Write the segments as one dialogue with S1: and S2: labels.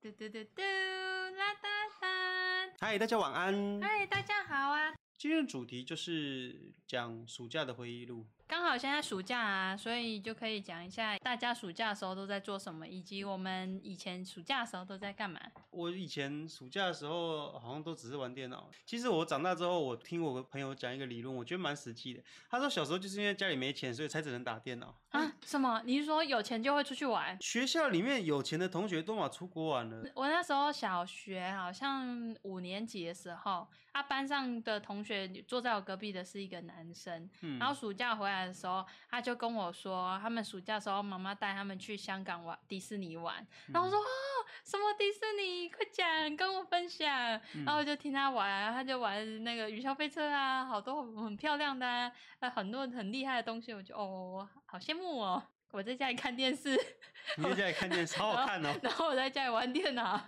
S1: 嘟嘟嘟嘟，啦哒哒！
S2: 嗨，大家晚安。
S1: 嗨，大家好啊！
S2: 今天的主题就是讲暑假的回忆录。
S1: 刚好现在暑假啊，所以就可以讲一下大家暑假的时候都在做什么，以及我们以前暑假的时候都在干嘛。
S2: 我以前暑假的时候好像都只是玩电脑。其实我长大之后，我听我朋友讲一个理论，我觉得蛮实际的。他说小时候就是因为家里没钱，所以才只能打电脑。
S1: 啊？什么？你是说有钱就会出去玩？
S2: 学校里面有钱的同学都嘛出国玩了，
S1: 我那时候小学好像五年级的时候，啊，班上的同学坐在我隔壁的是一个男生，嗯
S2: 嗯
S1: 然后暑假回来的时候，他就跟我说，他们暑假的时候妈妈带他们去香港玩迪士尼玩，
S2: 嗯
S1: 然后我说、哦，什么迪士尼，快讲跟我分享，
S2: 嗯
S1: 然后我就听他玩，他就玩那个云霄飞车啊，好多很漂亮的、啊，呃，很多很厉害的东西，我就哦，好羡慕哦。我在家里看电视，
S2: 你在家里看电视，好好看哦。
S1: 然后我在家里玩电脑，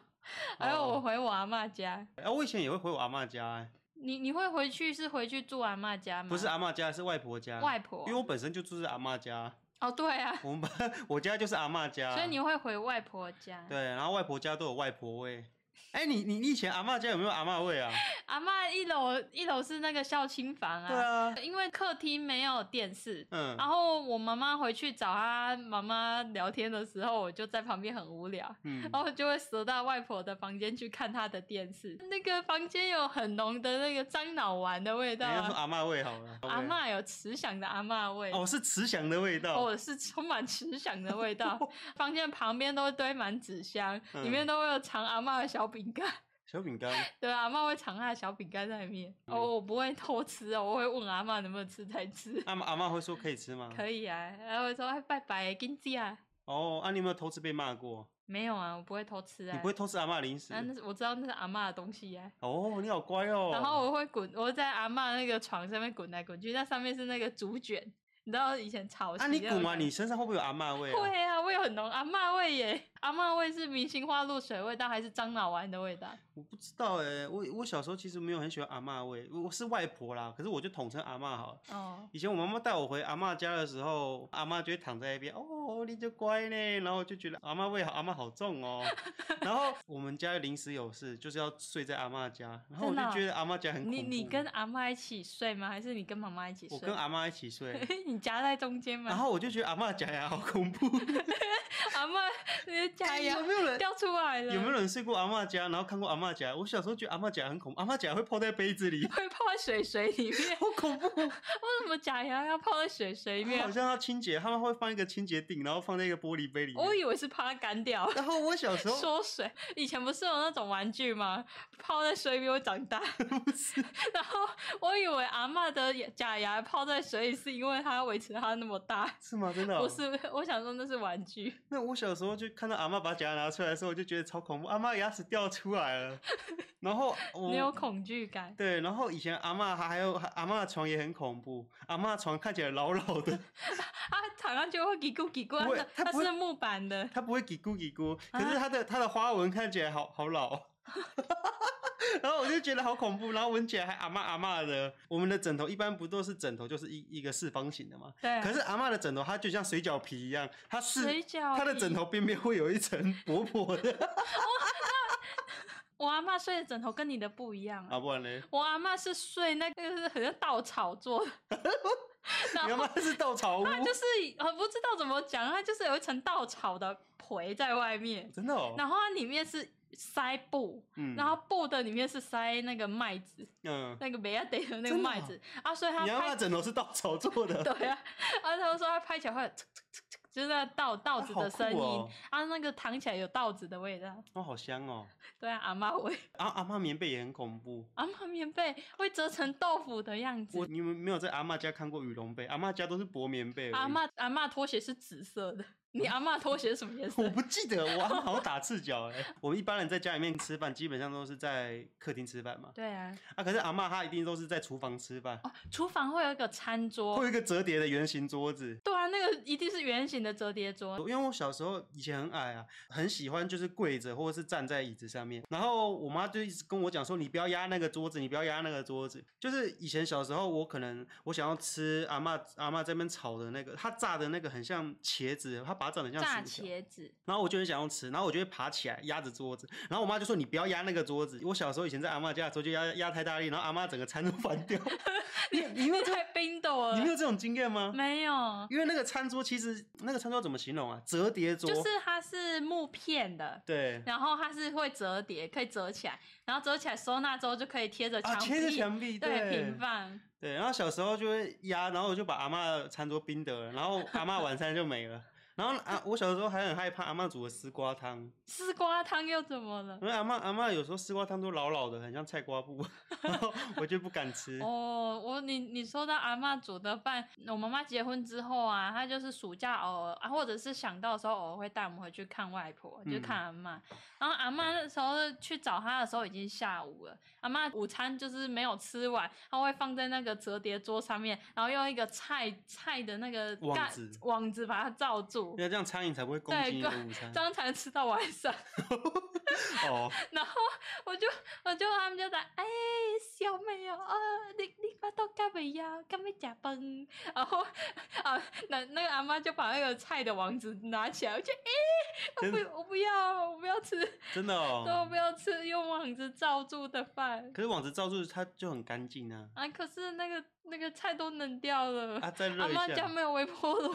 S1: 还有我回我阿妈家。
S2: 哎、我以前也会回我阿嬷家、哎
S1: 你你会回去是回去住阿妈家吗？
S2: 不是阿嬷家，是外婆家。
S1: 嗯外婆
S2: 因为我本身就住在阿嬷家，
S1: 哦，对啊，
S2: 我们啊班我家就是阿嬷家，
S1: 所以你会回外婆家。
S2: 对，然后外婆家都有外婆味。哎、你你你以前阿嬷家有没有阿嬷味啊？
S1: 阿妈一楼一楼是那个孝亲房
S2: 对啊，
S1: 因为客厅没有电视，
S2: 嗯
S1: 然后我妈妈回去找她妈妈聊天的时候，我就在旁边很无聊，
S2: 嗯
S1: 然，后就会折到外婆的房间去看她的电视。那个房间有很浓的那个樟脑丸的味道
S2: 你要说
S1: 啊，
S2: 阿嬷味好了。
S1: 阿嬷有慈祥的阿嬷味。
S2: 哦，是慈祥的味道。
S1: 哦，是充满慈祥的味 道。房间旁边都会堆满纸箱，
S2: 嗯
S1: 里面都会有藏阿嬷的小饼干。
S2: 小饼干，
S1: 对，阿嬷会藏她的小饼干在里面。
S2: 嗯
S1: 哦，我不会偷吃哦，我会问阿嬷能不能吃才吃。
S2: 阿妈阿妈会说可以吃吗？
S1: 可以啊，然后我说哎拜拜，金鸡啊。
S2: 哦，啊，你有没有偷吃被骂过？
S1: 没有啊，我不会偷吃啊。
S2: 你不会偷吃阿妈零食？
S1: 啊？那是我知道那是阿嬷的东西啊。
S2: 哦，你好乖哦。
S1: 然后我会滚，我会在阿嬷那个床上面滚来滚去，那上面是那个竹卷，你知道以前炒
S2: 啊，
S1: 席
S2: 你
S1: 那种
S2: 滚
S1: 感
S2: 完，
S1: 觉
S2: 你身上会不会有阿妈味、啊？
S1: 会啊，味很浓，阿嬷味耶，阿嬷味是明星花露水味道还是樟脑丸的味道？
S2: 我不知道哎、我我小时候其实没有很喜欢阿妈味，我我是外婆啦，可是我就统称阿妈好了。
S1: 哦，
S2: 以前我妈妈带我回阿妈家的时候，阿妈就会躺在那边，哦，你就乖呢，然后我就觉得阿妈味好，阿妈好重哦。然后我们家临时有事，就是要睡在阿妈家，然后我
S1: 真的
S2: 就
S1: 哦
S2: 觉得阿妈家很恐怖。
S1: 你你跟阿嬷一起睡吗？还是你跟妈妈一起睡？
S2: 我跟阿妈一起睡，
S1: 你夹在中间
S2: 然
S1: 吗？
S2: 后我就觉得阿妈假牙好 恐怖，
S1: 阿嬷那个假牙
S2: 有没有人？
S1: 掉出来了，
S2: 有没有人睡过阿妈家，然后看过阿妈家？我小时候觉得阿妈家很恐怖，阿妈家会泡在杯子里，
S1: 会泡在水水里面？
S2: 好恐怖！
S1: 为什么假牙要泡在水水里
S2: 好
S1: 面？
S2: 像要清洁，他们会放一个清洁锭，然后放在一个玻璃杯里面。
S1: 我以为是怕它干掉。
S2: 然后我小时候
S1: 缩水，以前不是有那种玩具吗？泡在水里面会长 大。然后我以为阿嬷的假牙泡在水里是因为它维持它那么大，
S2: 是吗？真的哦、
S1: 不是？ 我想说那是玩具，
S2: 那我小时候就看到阿妈把假牙拿出来的时候，我就觉得超恐怖，阿妈牙齿掉出来了。然后
S1: 你有
S2: 我
S1: 恐惧感。
S2: 对，然后以前阿妈还还有阿妈的床也很恐怖，阿妈的床看起来老老的，
S1: 它啊躺上去会叽咕叽咕，
S2: 不会
S1: 它
S2: 它
S1: 它
S2: 不会
S1: 是木板的。
S2: 它不会叽咕叽咕，可
S1: 啊
S2: 是它的、它的花纹看起来好 好老。然后我就觉得好恐怖，然后闻起来还阿妈阿妈的。我们的枕头一般不都是枕头就是一一个四方形的嘛？
S1: 对
S2: 可是阿妈的枕头它就像水饺皮一样，它是
S1: 水饺皮
S2: 它的枕头边边会有一层薄薄的
S1: 我阿嬷睡的枕头跟你的不一样啊！
S2: 啊，不然嘞，
S1: 我阿嬷是睡那个是很像稻草做的，
S2: 哦
S1: 然
S2: 你
S1: 后
S2: 阿 妈是稻草屋，
S1: 它就是我不知道怎么讲，它就是有一层稻草的陪在外面，
S2: 真的哦。
S1: 然后它里面是塞布，
S2: 嗯
S1: 然后布的里面是塞那个麦子，
S2: 嗯，
S1: 那个梅亚得的那个
S2: 真的哦
S1: 麦子、啊，所以它
S2: 你阿呃妈
S1: 拍
S2: 的枕头是稻草做的，
S1: 对啊，啊，他们说它拍起来会有嘖嘖嘖嘖就是那稻稻子的声音
S2: 啊好酷哦
S1: 啊，那个躺起来有稻子的味道，
S2: 哦，好香哦。
S1: 对啊，阿嬷味，
S2: 然后阿妈棉被也很恐怖。
S1: 阿嬷棉被会折成豆腐的样子
S2: 我。你们没有在阿妈家看过羽绒被，阿妈家都是薄棉被而已。
S1: 阿嬷阿嬷拖鞋是紫色的，你阿嬷拖鞋是什么颜色
S2: 我？不记得，我好像打赤脚哎、 我们一般人在家里面吃饭，基本上都是在客厅吃饭嘛。
S1: 对啊，
S2: 啊，可是阿嬷她一定都是在厨房吃饭，
S1: 哦，厨房会有一个餐桌
S2: 会，有一个折叠的圆形桌子。
S1: 对啊，那那个一定是圆形的折叠桌，
S2: 因为我小时候以前很矮啊，很喜欢就是跪着或者是站在椅子上面，然后我妈就一直跟我讲说，你不要压那个桌子，你不要压那个桌子。就是以前小时候，我可能我想要吃阿嬷阿嬷这边炒的那个，她炸的那个很像茄子，她把它炸的像
S1: 炸
S2: 薯条
S1: 茄子，
S2: 然后我就很想要吃，然后我就会爬起来压着桌子，然后我妈就说你不要压那个桌子。我小时候以前在阿嬷家的时候就压压太大力，然后阿嬷整个餐都翻 掉。你你没有这
S1: 太冰斗
S2: 你没
S1: 了，
S2: 有这种经验吗？
S1: 没有，
S2: 因为那个餐桌其实那个餐桌怎么形容啊？折叠桌，
S1: 就是它是木片的，
S2: 对
S1: 然后它是会折叠，可以折起来，然后折起来收纳之后就可以贴着
S2: 啊，
S1: 墙
S2: 贴着
S1: 壁，
S2: 墙壁，
S1: 对，
S2: 对
S1: 平放。
S2: 对。然后小时候就会压，然后我就把阿嬷的餐桌冰得了，然后阿嬷晚餐就没了。然后啊，我小时候还很害怕阿嬷煮的丝瓜汤，
S1: 丝瓜汤又怎么了？
S2: 因为阿嬷阿嬷有时候丝瓜汤都老老的，很像菜瓜布，然后我就不敢吃。
S1: 哦，我你你说到阿嬷煮的饭，我妈妈结婚之后啊，她就是暑假偶尔啊，或者是想到的时候，偶尔会带我们回去看外婆，就
S2: 嗯
S1: 看阿嬷。然后阿嬷那时候去找她的时候已经下午了，阿嬷午餐就是没有吃完，她会放在那个折叠桌上面，然后用一个菜菜的那个
S2: 网
S1: 盖
S2: 子
S1: 网子把它罩住，
S2: 那这样苍蝇才不会攻
S1: 对
S2: 击你
S1: 怪
S2: 的午餐
S1: 这样才能吃到晚上。
S2: 哦。
S1: 然后我就我就他们就在哎、小妹哦，啊你你把都干没呀，干没假崩，然后啊那那个阿妈就把那个菜的网子拿起来，我就哎、
S2: 真
S1: 我不我不要我不要吃，
S2: 真的
S1: 对我
S2: 哦。
S1: 不要吃用网子罩住的饭
S2: 可是网子罩住它就很干净啊，
S1: 啊，可是那个那个菜都冷掉了。
S2: 啊再热
S1: 阿
S2: 一
S1: 妈家
S2: 下。
S1: 没有微波炉，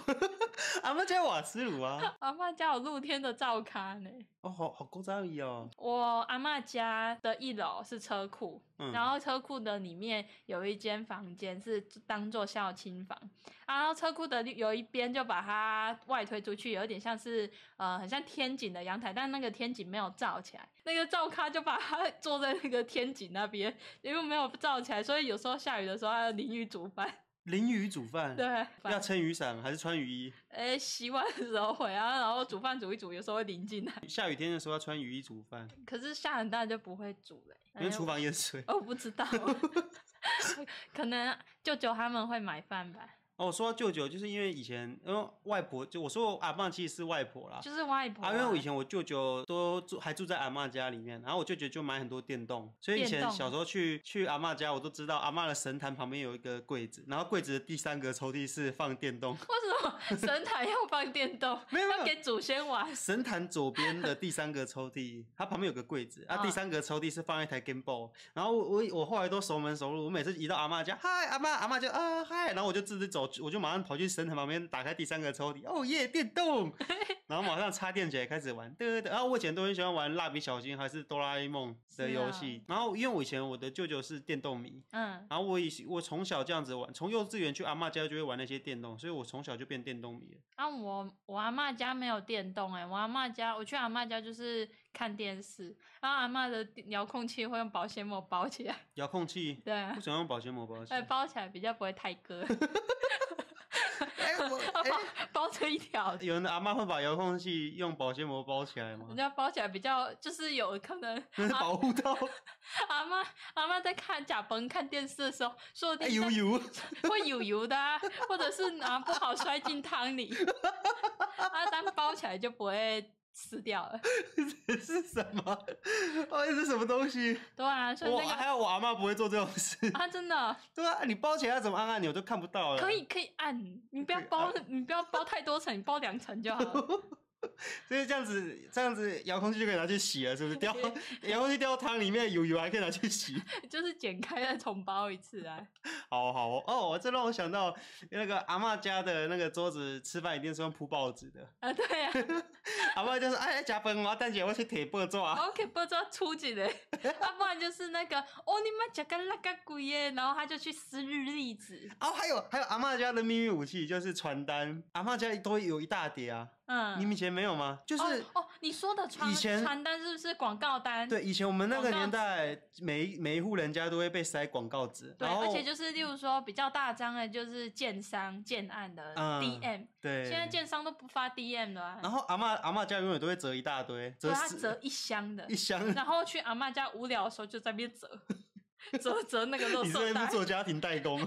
S2: 阿嬷家瓦斯炉啊，
S1: 阿妈家有露天的灶咖呢。
S2: 哦好好高张仪哦，
S1: 我阿妈家的一楼是车库，
S2: 嗯，
S1: 然后车库的里面有一间房间是当做孝亲房，啊然后车库的有一边就把它外推出去，有一点像是呃，很像天井的阳台，但那个天井没有罩起来，那个罩咖就把它坐在那个天井那边，因为没有罩起来，所以有时候下雨的时候它要淋雨煮饭，
S2: 淋雨煮饭，
S1: 对，
S2: 要撑雨伞还是穿雨衣？
S1: 哎洗碗的时候会啊，然后煮饭煮一煮，有时候会淋进来，
S2: 下雨天的时候要穿雨衣煮饭，
S1: 可是下很大就不会煮了、
S2: 因为
S1: 哎
S2: 厨房淹水。
S1: 我不知道，可能舅舅他们会买饭吧。
S2: 哦，我说到舅舅，就是因为以前因为外婆，就我说我阿嬷其实是外婆啦。
S1: 就是外婆、
S2: 啊，因为我以前我舅舅都住还住在阿嬷家里面，然后我舅舅就买很多电动，所以以
S1: 电
S2: 前
S1: 动
S2: 小时候去去阿嬷家，我都知道阿嬷的神坛旁边有一个柜子，然后柜子的第三个抽屉是放电 动，
S1: 为什么神坛要放电动？
S2: 没有没有
S1: 要给祖先玩。
S2: 神坛左边的第三个抽屉，它旁边有个柜子，啊，
S1: 嗯
S2: 第三个抽屉是放一台 Game Boy。然后我我我后来都熟门熟路，我每次一到阿嬷家，嗨阿嬷，阿嬷就啊嗨，然后我就自己走，我就马上跑去神坛旁边打开第三个抽屉，哦耶电动， 然后马上插电起来开始玩，对对对。然后我以前都很喜欢玩蜡笔小新还是哆啦 A 梦的
S1: 是
S2: 游
S1: 啊
S2: 戏，然后因为我以前我的舅舅是电动迷，
S1: 嗯，
S2: 然后我以我从小这样子玩，从幼稚园去阿嬷家就会玩那些电动，所以我从小就变电动迷了。
S1: 啊，我我阿嬷家没有电动哎、我阿嬷家我去阿嬷家就是看电视，然后阿嬷的遥控器会用保鲜膜包起来，
S2: 遥控器。
S1: 对啊
S2: 为，什么用保鲜膜包起
S1: 哎、
S2: 来？
S1: 包起来比较不会太割，
S2: 哎、我哎、
S1: 包成一条的，
S2: 有人的阿妈会把遥控器用保鲜膜包起来吗
S1: 人？家包起来比较就是有可 能
S2: 那是保护 套，
S1: 阿嬷阿�妈在看假崩看电视的时候，说不
S2: 哎
S1: 定在
S2: 呦呦，
S1: 会油油的、啊，或者是拿不好摔进汤里， 啊，但包起来就不会死掉了。
S2: 这是什么？ 哦，这是什么东西？
S1: 对啊，所以
S2: 我
S1: 那
S2: 还
S1: 个
S2: 有我阿妈不会做这种事。
S1: 啊，真的
S2: 对啊，你包起来要怎么按按钮都看不到了。
S1: 可以可以按，你不要
S2: 可以
S1: 包，你不要包太多层，你包两层就好了。
S2: 所以这样子，这样子遥控器就可以拿去洗了，是不是？ 掉遥控器掉到汤里面，油油还可以拿去洗。
S1: 就是剪开再重包一次啊。
S2: 好好哦，哦，这让我想到那个阿嬷家的那个桌子吃饭一定是用铺报纸的。
S1: 啊，对 啊
S2: 阿嬷就说：“哎，加分哦，蛋姐，我去铁报纸啊。
S1: ，OK，不知道出几 嘞，啊，不然就是那个哦，你妈讲个那个鬼耶，然后他就去撕日历纸，
S2: 哦，还有还有阿嬷家的秘密武器就是传单，阿嬷家都有一大叠啊。
S1: 嗯，
S2: 你们以前没有吗？就是、
S1: 哦哦，你说的传
S2: 以前
S1: 传单是不是广告单？
S2: 对，以前我们那个
S1: 广告
S2: 年代，每一每一户人家都会被塞广告纸，
S1: 对，
S2: 然后
S1: 而且就是例如说比较大张的，就是建商、建案的
S2: 嗯
S1: DM，、
S2: 对，
S1: 现在建商都不发 DM 了、啊，
S2: 然后阿嬷阿嬷家永远都会折一大堆，
S1: 对，啊
S2: 折
S1: 他
S2: 十
S1: 折一箱的
S2: 一，箱，
S1: 然后去阿嬷家无聊的时候就在那边折，折折那个垃
S2: 你这
S1: 圾
S2: 是
S1: 袋。
S2: 做家庭代 工，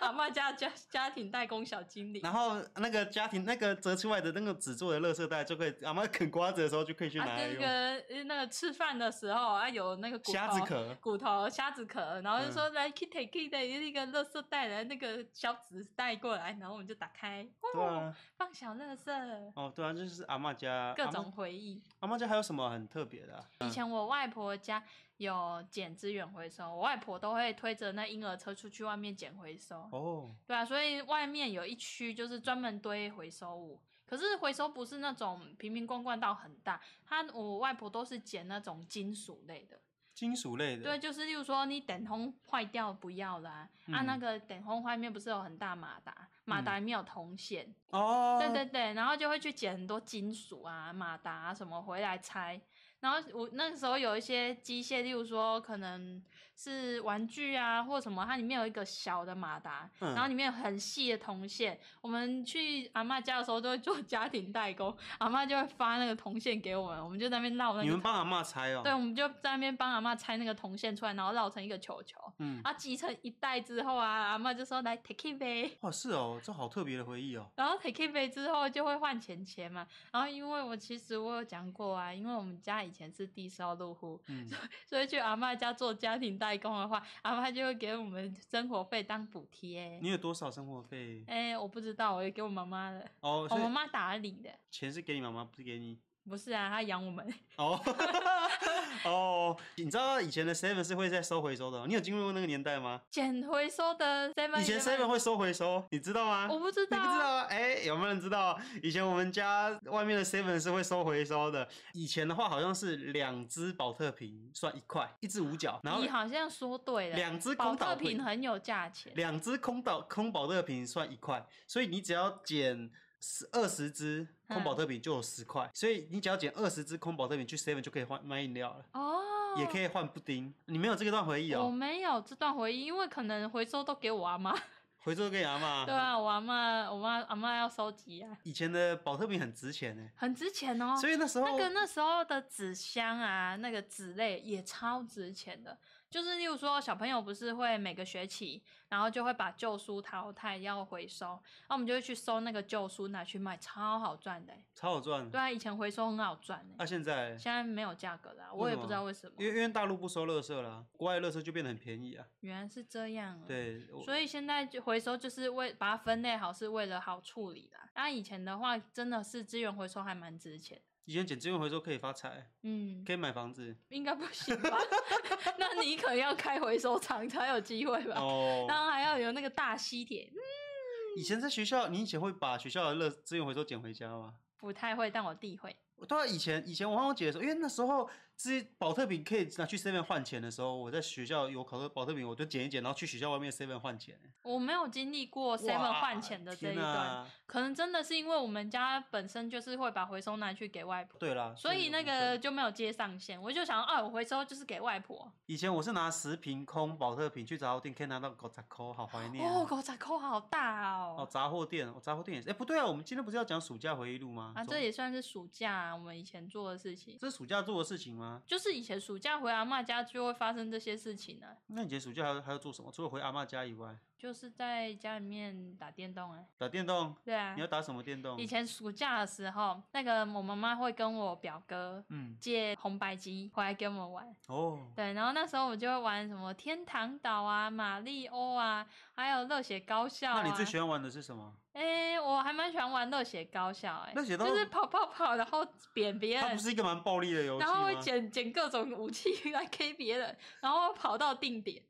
S1: 阿嬷家家家庭代工小精灵
S2: 然后那个家庭那个折出来的那个纸做的垃圾袋，就可以阿妈啃瓜子的时候就可以去拿
S1: 啊，
S2: 来
S1: 跟那
S2: 用。
S1: 个那个吃饭的时候啊，有那个骨头
S2: 虾子壳，
S1: 骨头、虾子壳，然后就
S2: 嗯
S1: 说、来 kitty kitty 的那个垃圾袋来那个小纸袋过来，然后我们就打开，
S2: 对
S1: 哦，
S2: 啊，
S1: 放小垃圾，
S2: 哦对啊，就是阿妈家
S1: 各
S2: 阿嬷
S1: 种回忆。
S2: 阿妈家还有什么很特别的啊、
S1: 以前我外婆家有捡资源回收，我外婆都会推着那婴儿车出去外面捡回收。
S2: 哦，
S1: 对啊，所以外面有一区就是专门堆回收物。可是回收不是那种瓶瓶罐罐到很大，它我外婆都是捡那种金属类的。
S2: 金属类的，
S1: 对，就是例如说你等红坏掉不要啦，啊
S2: 嗯
S1: 那个等红坏面不是有很大马达，马达里面有铜线，
S2: 哦，
S1: 对对对，然后就会去捡很多金属啊、马达、啊、什么回来拆。然后我那个时候有一些机械，例如说可能是玩具啊或什么，它里面有一个小的马达，
S2: 嗯
S1: 然后里面有很细的铜线。我们去阿嬷家的时候都会做家庭代工，阿嬷就会发那个铜线给我们，我们就在那边绕那
S2: 你
S1: 个
S2: 们帮阿妈拆哦，
S1: 对，我们就在那边帮阿嬷拆那个铜线出来，然后绕成一个球球，
S2: 嗯，
S1: 然后集成一袋之后啊，阿嬷就说来 take it 呗，
S2: 哇，是哦，这好特别的回忆哦，
S1: 然后 take it 呗之后就会换钱钱嘛。然后因为我其实我有讲过啊，因为我们家以前是低收入户，
S2: 嗯，
S1: 所以去阿嬷家做家庭代工的话，阿嬷就会给我们生活费当补贴。
S2: 你有多少生活费？
S1: 哎、我不知道，我也给我妈妈了，
S2: 哦，
S1: 我
S2: 所
S1: 妈
S2: 以
S1: 妈打理的。
S2: 钱是给你妈妈，不是给你。
S1: 不是啊，她养我们。
S2: 哦， 哦，你知道以前的 Seven 是会在收回收的哦，你有经历过那个年代吗？
S1: 捡回收的 seven，
S2: 以前 Seven 会收回收，你知道吗？
S1: 我不知
S2: 你
S1: 道
S2: 不
S1: 啊，
S2: 知道啊？哎、有没有人知道？以前我们家外面的 Seven 是会收回收的。以前的话，好像是两只宝特瓶算一块，一只五角，然后
S1: 你好像说对了，
S2: 两只
S1: 保
S2: 空
S1: 特
S2: 岛
S1: 瓶
S2: 瓶，
S1: 很有价钱，
S2: 两只空岛空宝特瓶算一块，所以你只要捡二十只
S1: 嗯
S2: 空宝特瓶就有十块，所以你只要捡二十只空宝特瓶去 Seven 就可以换买饮料了。
S1: 哦，
S2: 也可以换布丁，你没有这个段回忆
S1: 我
S2: 哦、
S1: 没有这段回忆，因为可能回收都给我阿妈。
S2: 回收给你阿妈。
S1: 对啊，我阿妈，我妈阿妈要收集啊，
S2: 以前的保特瓶很值钱呢、
S1: 很值钱哦。
S2: 所以那时候
S1: 那个那时候的纸箱啊，那个纸类也超值钱的。就是例如说，小朋友不是会每个学期，然后就会把旧书淘汰要回收，那我们就会去收那个旧书拿去卖，超好赚的欸、
S2: 超好赚。
S1: 对啊，以前回收很好赚的、
S2: 啊，现在
S1: 现在没有价格了、
S2: 为
S1: 我也
S2: 什
S1: 不知
S2: 么
S1: 道为什么。
S2: 因为因为大陆不收垃圾啦，国外的垃圾就变得很便宜啊。
S1: 原来是这样啊。
S2: 对，我
S1: 所以现在就回收就是为把它分类好，是为了好处理啦。那、以前的话，真的是资源回收还蛮值钱的。
S2: 以前捡资源回收可以发财，
S1: 嗯，
S2: 可以买房子
S1: 应该不行吧？ 那你可能要开回收厂才有机会吧？
S2: 哦。
S1: 然后还要啊有那个大吸铁，嗯
S2: 以前在学校，你以前会把学校的垃资源回收捡回家吗？
S1: 不太会，但我弟会。
S2: 对啊，以前以前我和我姐的时候，因为那时候资保特瓶可以拿去 seven 换钱的时候，我在学校有考到保特瓶，我就捡一捡，然后去学校外面 seven 换钱。
S1: 我没有经历过 seven
S2: 哇
S1: 换钱的这
S2: 天
S1: 一段，
S2: 哪
S1: 可能真的是因为我们家本身就是会把回收拿去给外婆，
S2: 对啦，
S1: 所以那
S2: 我们
S1: 个就没有接上线。我就想，哦、我回收就是给外婆，
S2: 以前我是拿十瓶空保特瓶去杂货店，可以拿到狗杂扣，好怀念
S1: 哦，
S2: 啊。
S1: 狗仔扣好大
S2: 哦，
S1: 哦！
S2: 杂货店，哦，杂货店也是。哎，不对啊，我们今天不是要讲暑假回忆录吗？
S1: 啊，
S2: 总
S1: 这也算是暑假、啊、我们以前做的事情，
S2: 这是暑假做的事情吗？
S1: 就是以前暑假回阿嬷家就会发生这些事情啊呢、
S2: 那你觉得暑假还要还要做什么？除了回阿嬷家以外，
S1: 就是在家里面打电动啊，
S2: 打电动。
S1: 对啊
S2: 你，要打什么电动
S1: 以？前暑假的时候，那个我妈妈会跟我表哥
S2: 嗯，
S1: 借红白机回来给我们玩，
S2: 哦，
S1: 对，然后那时候我就会玩什么天堂岛啊、马里欧啊，还有热血高校、啊。
S2: 那你最喜欢玩的是什么？
S1: 哎、我还蛮喜欢玩热血高校、哎，
S2: 热血高
S1: 就是跑跑跑，然后扁别
S2: 它
S1: 人
S2: 不，是一个蛮暴力的游戏
S1: 然后会
S2: 吗？
S1: 捡捡各种武器来 K 别人，然后跑到定点。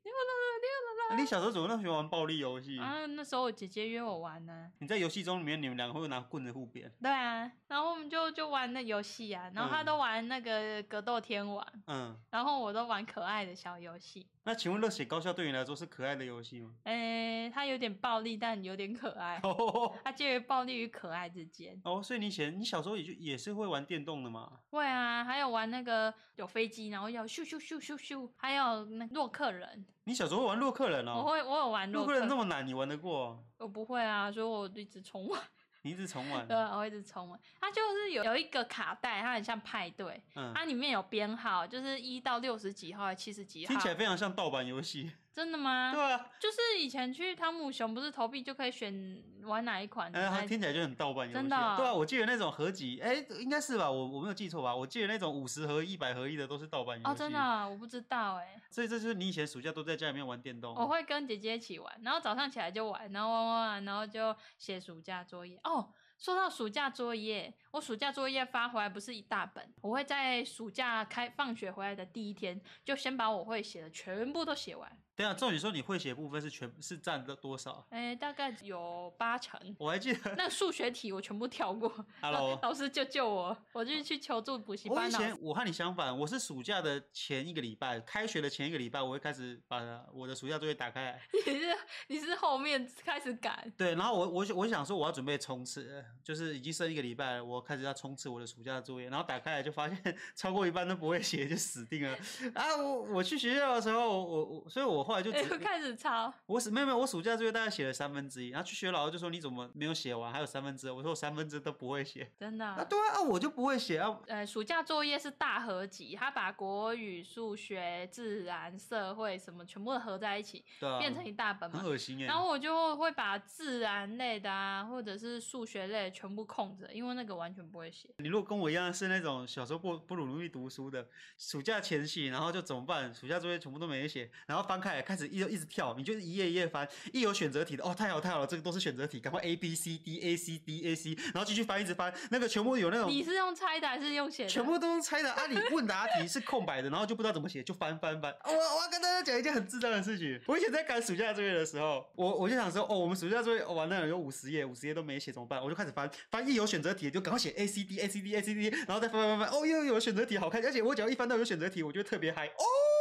S2: 哎你小时候怎么那么喜欢玩暴力游戏？
S1: 啊，那时候我姐姐约我玩啊呢、
S2: 你在游戏中里面，你们两个会拿棍子互扁。
S1: 对啊，然后我们就就玩那游戏啊，然后她
S2: 嗯
S1: 都玩那个格斗天王，
S2: 嗯，
S1: 然后我都玩可爱的小游戏。
S2: 那请问热血高校对你来说是可爱的游戏吗？
S1: 诶、她有点暴力，但有点可爱，
S2: 哦
S1: 她介于暴力与可爱之间。
S2: 哦，所以你以前你小时候也就也是会玩电动的嘛？
S1: 会啊，还有玩那个有飞机，然后要咻咻咻咻咻，还有那洛克人，
S2: 你小时候会玩洛克人
S1: 我
S2: 哦？
S1: 会我有玩
S2: 洛
S1: 克
S2: 克人这么难，你玩得过？
S1: 我不会啊，所以我一直重玩。
S2: 你一直重玩，
S1: 对，我一直重玩。它就是有有一个卡带，它很像派对，
S2: 嗯，
S1: 它里面有编号，就是一到六十几号、七十几号
S2: 听。起来非常像盗版游戏，
S1: 真的吗？
S2: 对啊，
S1: 就是以前去汤姆熊不是投币就可以选玩哪一哦款？
S2: 哎，它
S1: 还
S2: 听起来就很盗版游戏啊，
S1: 真的哦
S2: 对啊，我记得那种合集，哎，应该是吧，我我没有记错吧？我记得那种五十合一、百合一的都是盗版游戏，
S1: 哦，真的啊、我不知道哎、
S2: 所以这就是你以前暑假都在家里面玩电动，
S1: 我会跟姐姐一起玩，然后早上起来就玩，然后玩玩玩，然后就写暑假作业。哦，说到暑假作业，我暑假作业发回来不是一大本，我会在暑假开放学回来的第一天，就先把我会写的全部都写完。
S2: 对啊，照理说你会写部分是全是占了多少？
S1: 哎，大概有八 成。
S2: 我还记 得
S1: 那数学题我全部跳过
S2: ，Hello 哦
S1: 老师救救我！我就去求助补习
S2: 我
S1: 班
S2: 以
S1: 老
S2: 前
S1: 师。
S2: 我和你相反，我是暑假的前一个礼拜，开学的前一个礼拜，我会开始把我的暑假作业打开来。
S1: 你是你是后面开始赶，
S2: 对，然后我我我想说我要准备冲刺，就是已经剩一个礼拜了，我开始要冲刺我的暑假作业，然后打开来就发现 超过一半都不会写，就死定了啊！我我去学校的时候，我我所以我后来就只
S1: 哎，又开始抄。
S2: 我暑没有没有，我暑假作业大概写了三分之一，然后去学老师就说你怎么没有写完，还有三分之二，我说我三分之都不会写
S1: 真的啊、
S2: 啊，对啊，我就不会写啊，
S1: 呃，暑假作业是大合集，它把国语、数学、自然、社会什么全部合在一起，
S2: 对啊，
S1: 变成一大本
S2: 很
S1: 嘛。
S2: 恶心哎、
S1: 然后我就会把自然类的啊，或者是数学类的全部空着，因为那个完全不会写。
S2: 你如果跟我一样是那种小时候不不努力读书的，暑假前夕，然后就怎么办？暑假作业全部都没写，然后翻开来开始一直一直跳，你就是一页一页翻，一有选择题的，哦，太好太好了，这个都是选择题，赶快 A B C D E A C D A C，然后继续翻一直翻，那个全部有那种
S1: 你是用猜的还是用写的？
S2: 全部都是猜的啊！你问答题是空白的，然后就不知道怎么写，就翻翻翻。 我我要跟大家讲一件很智障的事情。我以前在赶暑假作业的时候，我我就想说，哦，我们暑假作业、哦、完了有五十页，五十页都没写怎么办？我就开始翻，翻一有选择题就赶快写 A C D A C D A C D，然后再翻翻翻，哦，又有选择题好看，而且我只要一翻到有选择题，我就会特别嗨哦。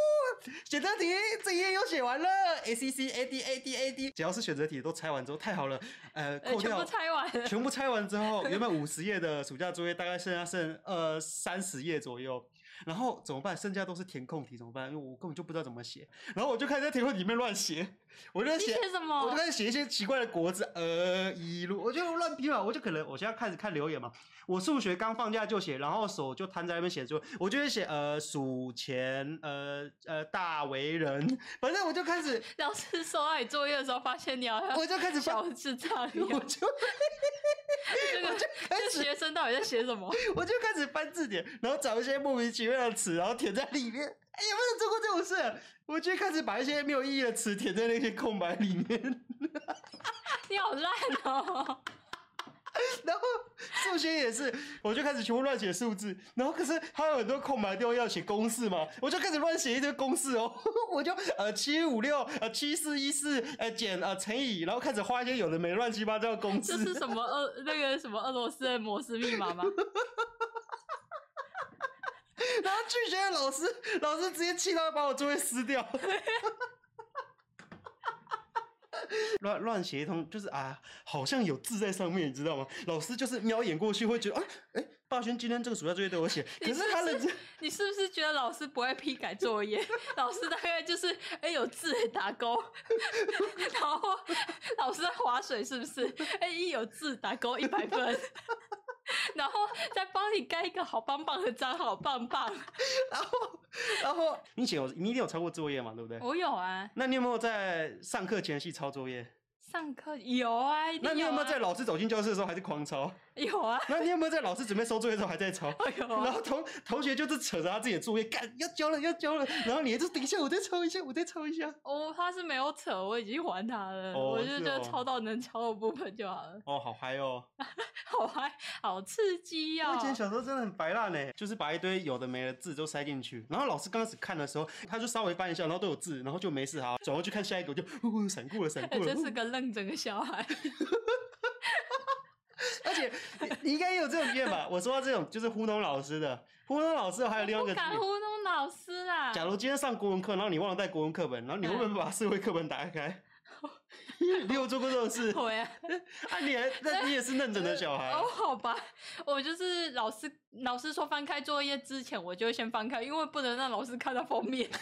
S2: 选择题这一页又写完了，A C C A D A D A D，只要是选择题都拆完之后，太好了，呃，
S1: 呃
S2: 扣
S1: 全部
S2: 掉
S1: 猜完 了。
S2: 全部拆完之后，原本五十页的暑假作业大概剩下剩呃三十页左右，然后怎么办？剩下都是填空题，怎么办？因为我根本就不知道怎么写，然后我就开始在填空题里面乱写， 我就在
S1: 你
S2: 写
S1: 写。什
S2: 我就
S1: 么？
S2: 开始写一些奇怪的国字，呃，一路我就乱拼嘛，我就可能我现在开始看留言嘛，我数学刚放假就写，然后手就摊在那边写作，我就会写呃数钱，呃呃大为人，反正我就开始
S1: 老师收到你作业的时候，发现你好像
S2: 我就开始翻，
S1: 小智障一
S2: 我
S1: 样。
S2: 就
S1: 这个
S2: 就开
S1: 这
S2: 始
S1: 学生到底在写什么？
S2: 我就开始翻字典，然后找一些莫名其妙的词，然后填在里面。哎，有没有做过这种事啊？我就开始把一些没有意义的词填在那些空白里面，
S1: 你好烂哦！
S2: 然后数学也是，我就开始全部乱写数字，然后可是还有很多空白地方要写公式嘛，我就开始乱写一堆公式哦， 我就呃七五六呃七四一四呃减呃乘以，然后开始画一些有的没乱七八糟的公
S1: 这是
S2: 式，
S1: 什 么俄那个什么俄罗斯的摩斯密码吗？
S2: 然后去学的老师老师直接气到把我座位撕掉。 乱乱写一通，就是啊，好像有字在上面，你知道吗？老师就是瞄眼过去，会觉得，哎、哎、霸轩今天这个暑假作业都有写，可是他的字，
S1: 你是不是觉得老师不会批改作业？老师大概就是哎、有字打勾， 然后老师在划水是不是？哎、一有字打勾一百分， 然后再帮你盖一个好棒棒的章，好棒 棒。
S2: 然后 你写有，你一定有抄过作业嘛，对不对？
S1: 我有啊，
S2: 那你有没有在上课前夕抄作业？
S1: 上课有啊，一定
S2: 那你有没有
S1: 啊
S2: 在老师走进教室的时候还是狂抄？
S1: 有啊？
S2: 那你有没有在老师准备收作业的时候还在抄？
S1: 哎呦，
S2: 然后同同学就是扯着他自己的作业，干要交了要交了，然后你就等一下，我再抄一下，我再抄一下。
S1: 哦，他是没有扯，我已经还他了，
S2: 哦
S1: 我就是觉得
S2: 哦
S1: 抄到能抄的部分就好了。
S2: 哦，好嗨哦！
S1: 好嗨，好刺激
S2: 我以前
S1: 哦！
S2: 小时候真的很白烂呢，就是把一堆有的没的字都塞进去，然后老师刚开始看的时候，他就稍微翻一下，然后都有字，然后就没事，好，转过去看下一个，我就呼闪过了，闪
S1: 哎
S2: 过了
S1: 真。是个认真的小孩，
S2: 而且你你应该也有这种经验吧？我说到这种就是糊弄老师的，糊弄老师还有另外一
S1: 不
S2: 个经
S1: 敢
S2: 验。
S1: 糊弄老师啦。
S2: 假如今天上国文课，然后你忘了带国文课本，然后你会
S1: 嗯
S2: 不会把社会课本打开？ 你有做过这 种事？
S1: 对啊，
S2: 啊，你还那你也是认真的小孩啊
S1: 哦，。好吧，我就是老师， 老师说翻开作业之前，我就会先翻开，因为不能让老师看到封面。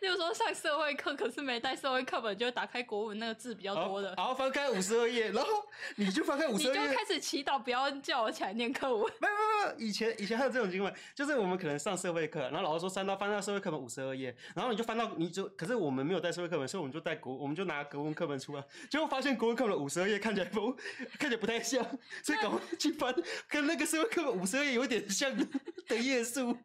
S1: 例如说上社会课，可是没带社会课本，就打开国文那个字比较多的，
S2: 然后翻开五十二页，然后你就翻开五
S1: 你
S2: 十
S1: 就
S2: 二页，
S1: 开始祈祷，不要叫我起来念课文。
S2: 没有没有没有，以前以前还有这种经验，就是我们可能上社会课，然后老师说三到翻到社会课本五十二页，然后你就翻到你就，可是我们没有带社会课本，所以我们就带国，我们就拿国文课本出来，结果发现国文课本五十二页看起来不看起来不太像，所以赶快去翻，跟那个社会课本五十二页有点像的 页数，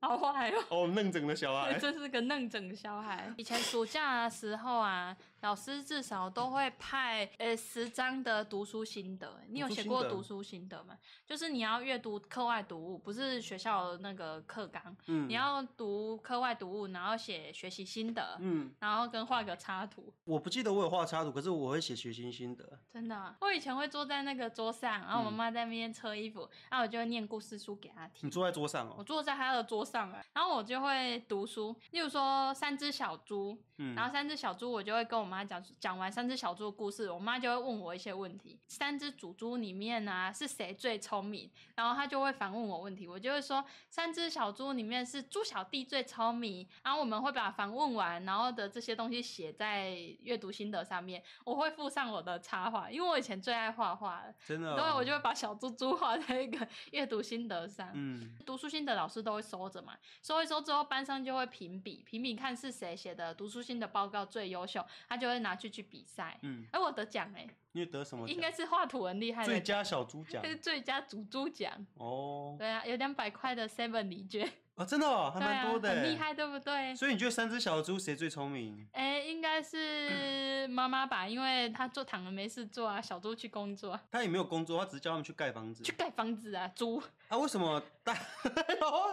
S1: 好坏哦。
S2: 哦，弄整的小 孩，
S1: 真是个愣整小孩。以前暑假的时候啊，老师至少都会派呃十张的读书心得。你有
S2: 读书
S1: 写
S2: 心
S1: 过
S2: 得
S1: 读书心得吗？就是你要阅读课外读物，不是学校的那个课纲，
S2: 嗯
S1: 你要读课外读物，然后写学习心得，
S2: 嗯，
S1: 然后跟画个插图。
S2: 我不记得我有画插图，可是我会写学习心得，
S1: 真的啊、我以前会坐在那个桌上，然后我
S2: 嗯
S1: 妈在那边车衣服，然后我就会念故事书给她听。
S2: 你坐在桌上
S1: 我
S2: 哦，
S1: 坐在她的桌上啊，然后我就会读书，例如说《三只小猪》，
S2: 嗯，
S1: 然后三只小猪，我就会跟我妈讲讲完三只小猪的故事，我妈就会问我一些问题。三只祖猪里面啊，是谁最聪明？然后她就会反问我问题，我就会说三只小猪里面是猪小弟最聪明。然后我们会把反问完，然后的这些东西写在阅读心得上面，我会附上我的插画，因为我以前最爱画画了，
S2: 真的、哦，
S1: 然后我就会把小猪猪画在一个 阅读心得上。
S2: 嗯
S1: 读书心得老师都会收着嘛，收一收之后，班上就会评比，评比看是谁写的读书心得报告最优秀，他就会拿去去比赛。
S2: 嗯，
S1: 而我得奖哎、
S2: 你得什么奖？
S1: 应该是画图很厉害
S2: 最
S1: 的，
S2: 佳小猪奖
S1: 这是最佳主猪奖。
S2: 哦，
S1: 对啊，有两百块的 Seven 礼券，
S2: 啊，真的、哦、 还
S1: 对
S2: 蛮
S1: 啊，
S2: 多的、
S1: 很厉。害，对不对？
S2: 所以你觉得三只小猪谁最聪明？
S1: 哎，应该是 妈妈吧，因为她做躺着没事做啊，小猪去工作啊，
S2: 他也没有工作，他只是教他们去盖房子
S1: 去盖房子啊，猪。
S2: 啊。为什么大？ 然后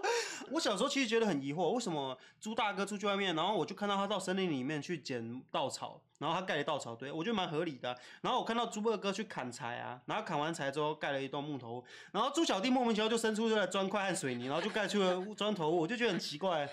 S2: 我小时候其实觉得很疑惑，为什么猪大哥出去外面，然后我就看到他到森林里面去捡稻草，然后他盖了稻草堆，我觉得蛮合理的啊。然后我看到猪二哥去砍柴啊，然后砍完柴之后盖了一栋木头屋，然后猪小弟莫名其妙就伸出了砖块和水泥，然后就盖出了屋砖头屋，我就觉得很 奇怪。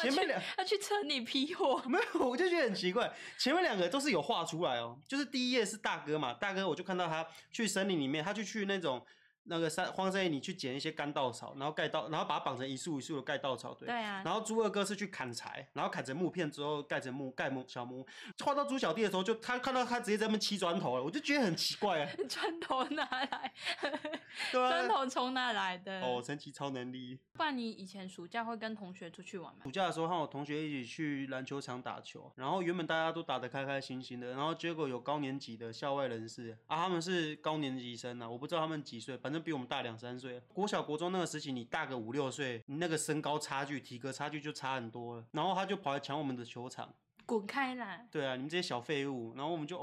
S2: 前面两
S1: 她去城里批货，
S2: 没有，我就觉得很奇怪，前面两个都是有画出来哦，就是第一页是大哥嘛，大哥我就看到他去森林里面，他就去那种那个山荒山野里去捡一些干稻草，然后盖稻，然后把它绑成一束一束的盖稻草堆。
S1: 对啊，
S2: 然后猪二哥是去砍柴，然后砍成木片之后盖成木盖木小木屋。画到猪小弟的时候就，他看到他直接在那边砌砖头了，我就觉得很奇怪啊，
S1: 砖头拿来，
S2: 对啊，
S1: 砖头从哪来的？
S2: 哦，神奇超能力。
S1: 不然你以前暑假会跟同学出去玩吗？
S2: 暑假的时候和我同学一起去篮球场打球，然后原本大家都打得开开心心的，然后结果有高年级的校外人士啊，他们是高年级生啊，我不知道他们几岁，反正比我们大两三岁。国小国中那个时期，你大个五六岁，你那个身高差距、体格差距就差很多了。然后他就跑来抢我们的球场，
S1: 滚开啦！
S2: 对啊，你们这些小废物。然后我们就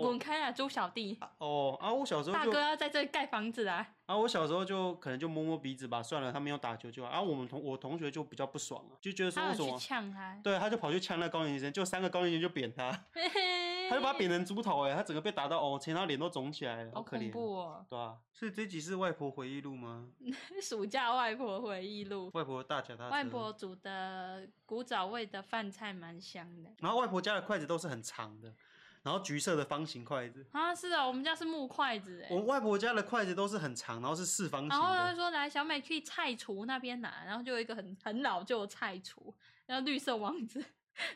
S1: 滚
S2: 哦
S1: 开啦，猪小弟！
S2: 哦啊，我小时
S1: 大
S2: 候就
S1: 哥要在这里盖房子啊！
S2: 啊，我小时候就可能就摸摸鼻子吧，算了，他们要打球就好。啊，我们同我同学就比较不爽啊，就觉得说
S1: 他
S2: 为
S1: 有
S2: 什
S1: 去
S2: 么。
S1: 呛他，
S2: 对，他就跑去呛那高年级生，就三个高年级就扁他，他
S1: 他
S2: 就 把他扁成猪头哎、他整个被打到哦，前他脸都肿起来 了，
S1: 好
S2: 可
S1: 恐
S2: 怜。
S1: 怖哦！
S2: 对啊，所以这集是外婆回忆录吗？
S1: 暑假外婆回忆录，
S2: 外婆的大脚踏车，
S1: 外婆煮的古早味的饭菜蛮香的
S2: 然后外婆家的筷子都是很长的，然后橘色的方形筷子。
S1: 啊！是啊，我们家是木筷子哎
S2: 我。外婆家的筷子都是很长，然后是四方形
S1: 然后他
S2: 的。
S1: 说来，小美去菜厨那边拿，然后就有一个很很老旧的菜厨，然后绿色网子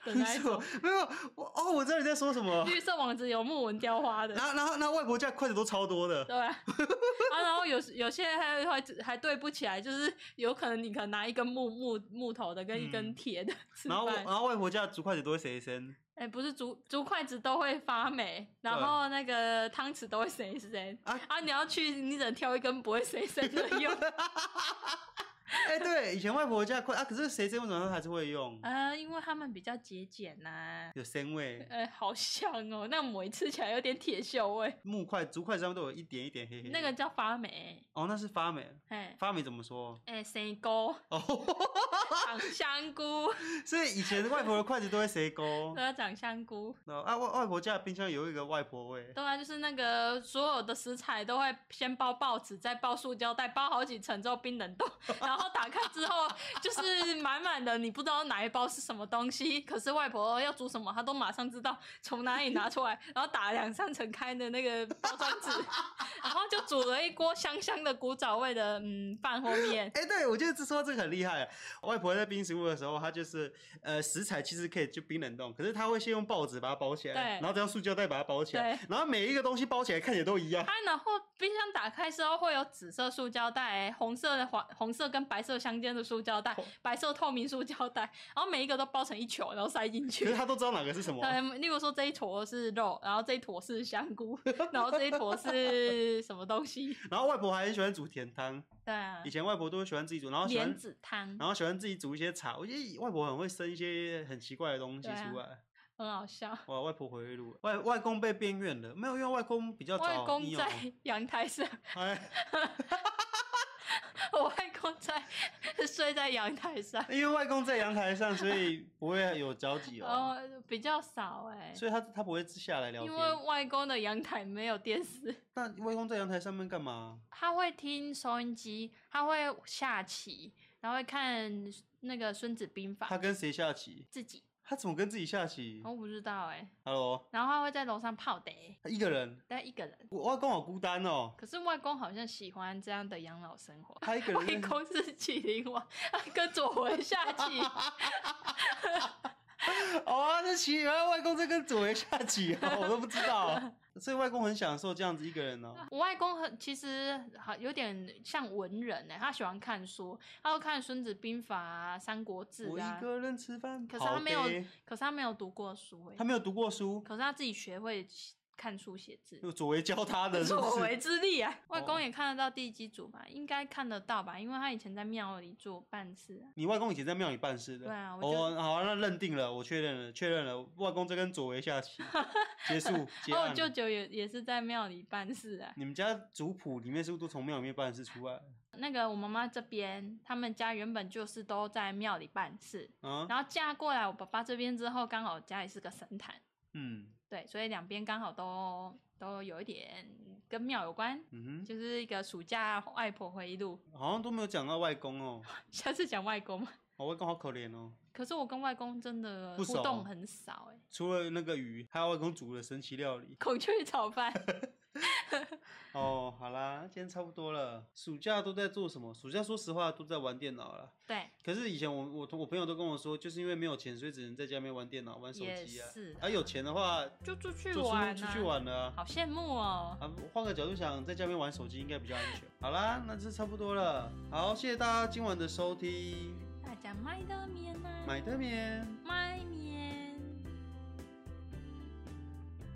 S1: 的那 一
S2: 是
S1: 种
S2: 吗，没有我哦，我知道你在说什么。
S1: 绿色网子有木纹雕花的
S2: 然。后然后那外婆家的筷子都超多的，
S1: 对啊， 啊，然后有时有些还还还对不起来，就是有可能你可能拿一根木木木头的跟一根
S2: 嗯
S1: 铁 的吃
S2: 然后我呃
S1: 饭，
S2: 然后外婆家的竹筷子都会谁伸？
S1: 哎、不是竹竹筷子都会发霉，然
S2: 对
S1: 后那个汤匙都会谁谁
S2: 啊
S1: 啊你要去你只能挑一根不会谁谁的用，
S2: 哎、对，以前外婆家的筷啊，可是谁伸为什么她还是会用？
S1: 呃，因为他们比较节俭呐、
S2: 有鲜味。
S1: 呃，好香哦，那抹吃起来有点铁锈味，
S2: 木块、竹块上面都有一点一点黑黑。
S1: 那个叫发霉，
S2: 哦，那是发霉，
S1: 哎、
S2: 发霉怎么说？
S1: 哎、生菇、
S2: 哦，
S1: 长香菇，
S2: 所以以前外婆的筷子都会谁勾
S1: 都？要长香菇。
S2: 然后啊，外外婆家的冰箱有一个外婆味。
S1: 对啊，就是那个所有的食材都会先包报纸，再包塑胶袋，包好几层之后冰冷冻，然然后打开之后就是满满的，你不知道哪一包是什么东西，可是外婆要煮什么，她都马上知道从哪里拿出来，然后打两三层开的那个包装纸， 然后就煮了一锅香香的古早味的嗯饭或面。
S2: 哎、对我觉得这说到这个很厉害。外婆在冰食物的时候，她就是呃食材其实可以就冰冷冻，可是她会先用报纸把它包起
S1: 对
S2: 来，然后再用塑胶袋把它包起来
S1: 对，
S2: 然后每一个东西包起来看起来都一样。
S1: 啊，然后冰箱打开之后会有紫色塑胶袋、红色的黄、红色跟白色相间的塑胶袋
S2: 红、
S1: 白色透明塑胶袋，然后每一个都包成一球，然后塞进
S2: 可是
S1: 去。
S2: 她都知道哪个是什么。
S1: 对，例如说这一坨是肉，然后这一坨是香菇，然后这一坨是什么东西？
S2: 然后外婆还很喜欢煮甜汤，
S1: 对啊
S2: 以，前外婆都会喜欢自己煮，然后喜
S1: 莲
S2: 欢
S1: 子汤
S2: 然后喜欢自己煮一些茶。我觉得外婆很会生一些很奇怪的东西
S1: 对啊
S2: 出来。
S1: 很好笑。
S2: 哇，外婆回忆录，外外公被边缘了，没有，因为外公比较早
S1: 外公
S2: 应用
S1: 在 阳台上，
S2: 哎，
S1: 我外公在 睡在阳台上，
S2: 因为外公在阳台上，所以不会有交 集
S1: 然
S2: 哦
S1: 后，比较少哎、
S2: 所以他他不会下来聊
S1: 因为
S2: 天。
S1: 外公的阳台没有电视。
S2: 那外公在阳台上面干嘛？
S1: 他会听收音机，他会下棋，然后会看那个《孙子兵法
S2: 他》跟谁下棋？
S1: 自己，
S2: 他怎么跟自己下棋
S1: 我不知道哎、
S2: ？Hello，
S1: 然后他会在楼上泡茶，
S2: 他一个人，
S1: 但一个人。
S2: 我外公好孤单哦，
S1: 可是外公好像喜欢这样的养老生活。
S2: 他一个
S1: 外
S2: 人在。
S1: 公是麒麟王，他跟左文下棋，
S2: 哦，这棋原来外公在跟左为下棋哦，我都不知道。 所以外公很享受这样子一个人哦。
S1: 我外公很其实好有点像文人呢、欸他喜欢看书，他会看《孙子兵法》啊，《三国志
S2: 我》
S1: 啊
S2: 一。个人吃饭，
S1: 可是他没有
S2: 好悲，
S1: 可是他没有读过书、欸
S2: 他，没有读过书，
S1: 可是他自己学会看书写字。
S2: 就左为教 他 的，是不
S1: 所
S2: 是？
S1: 为之力啊！外公
S2: 哦
S1: 也看得到地基主吧？应该看得到吧？因为他以前在庙里做办事啊。
S2: 你外公以前在庙里办事的，
S1: 对啊我就
S2: 哦，好，那认定了，我确认了，确认了，外公在跟左为下 棋，结束，结
S1: 哦，我
S2: 案。
S1: 舅舅也也是在庙里办事啊。
S2: 你们家族谱里面是不是都从庙里面办事出来？
S1: 那个我妈妈这边，他们家原本就是都在庙里办事，
S2: 啊，
S1: 然后嫁过来我爸爸这边之后，刚好家里是个神坛，
S2: 嗯
S1: 对，所以两边刚好都都有一点跟庙有关，
S2: 嗯
S1: 就是一个暑假外婆回忆录。
S2: 哼，好像都没有讲到外公哦，
S1: 下次讲外公嘛。
S2: 我、外公好可怜哦，
S1: 可是我跟外公真的
S2: 不
S1: 互
S2: 熟
S1: 动很少哎、
S2: 除了那个鱼，还有外公煮的神奇料理。
S1: 孔雀炒 饭。
S2: 哦，好啦，今天差不多了。暑假都在做什么？暑假说实话都在玩电脑啦。
S1: 对，
S2: 可是以前我我同我朋友都跟我说，就是因为没有钱，所以只能在家里面玩电脑、玩手
S1: 也
S2: 机啊。
S1: 是啊
S2: 啊，有钱的话
S1: 就出去
S2: 就出
S1: 玩、啊，
S2: 出去，玩了啊。
S1: 好羡慕哦。
S2: 啊，换个角度想，在家里面玩手机应该比较安全。好啦，那这差不多了。好，谢谢大家今晚的收听，
S1: 大家麦德棉呐，
S2: 买特面。
S1: 麦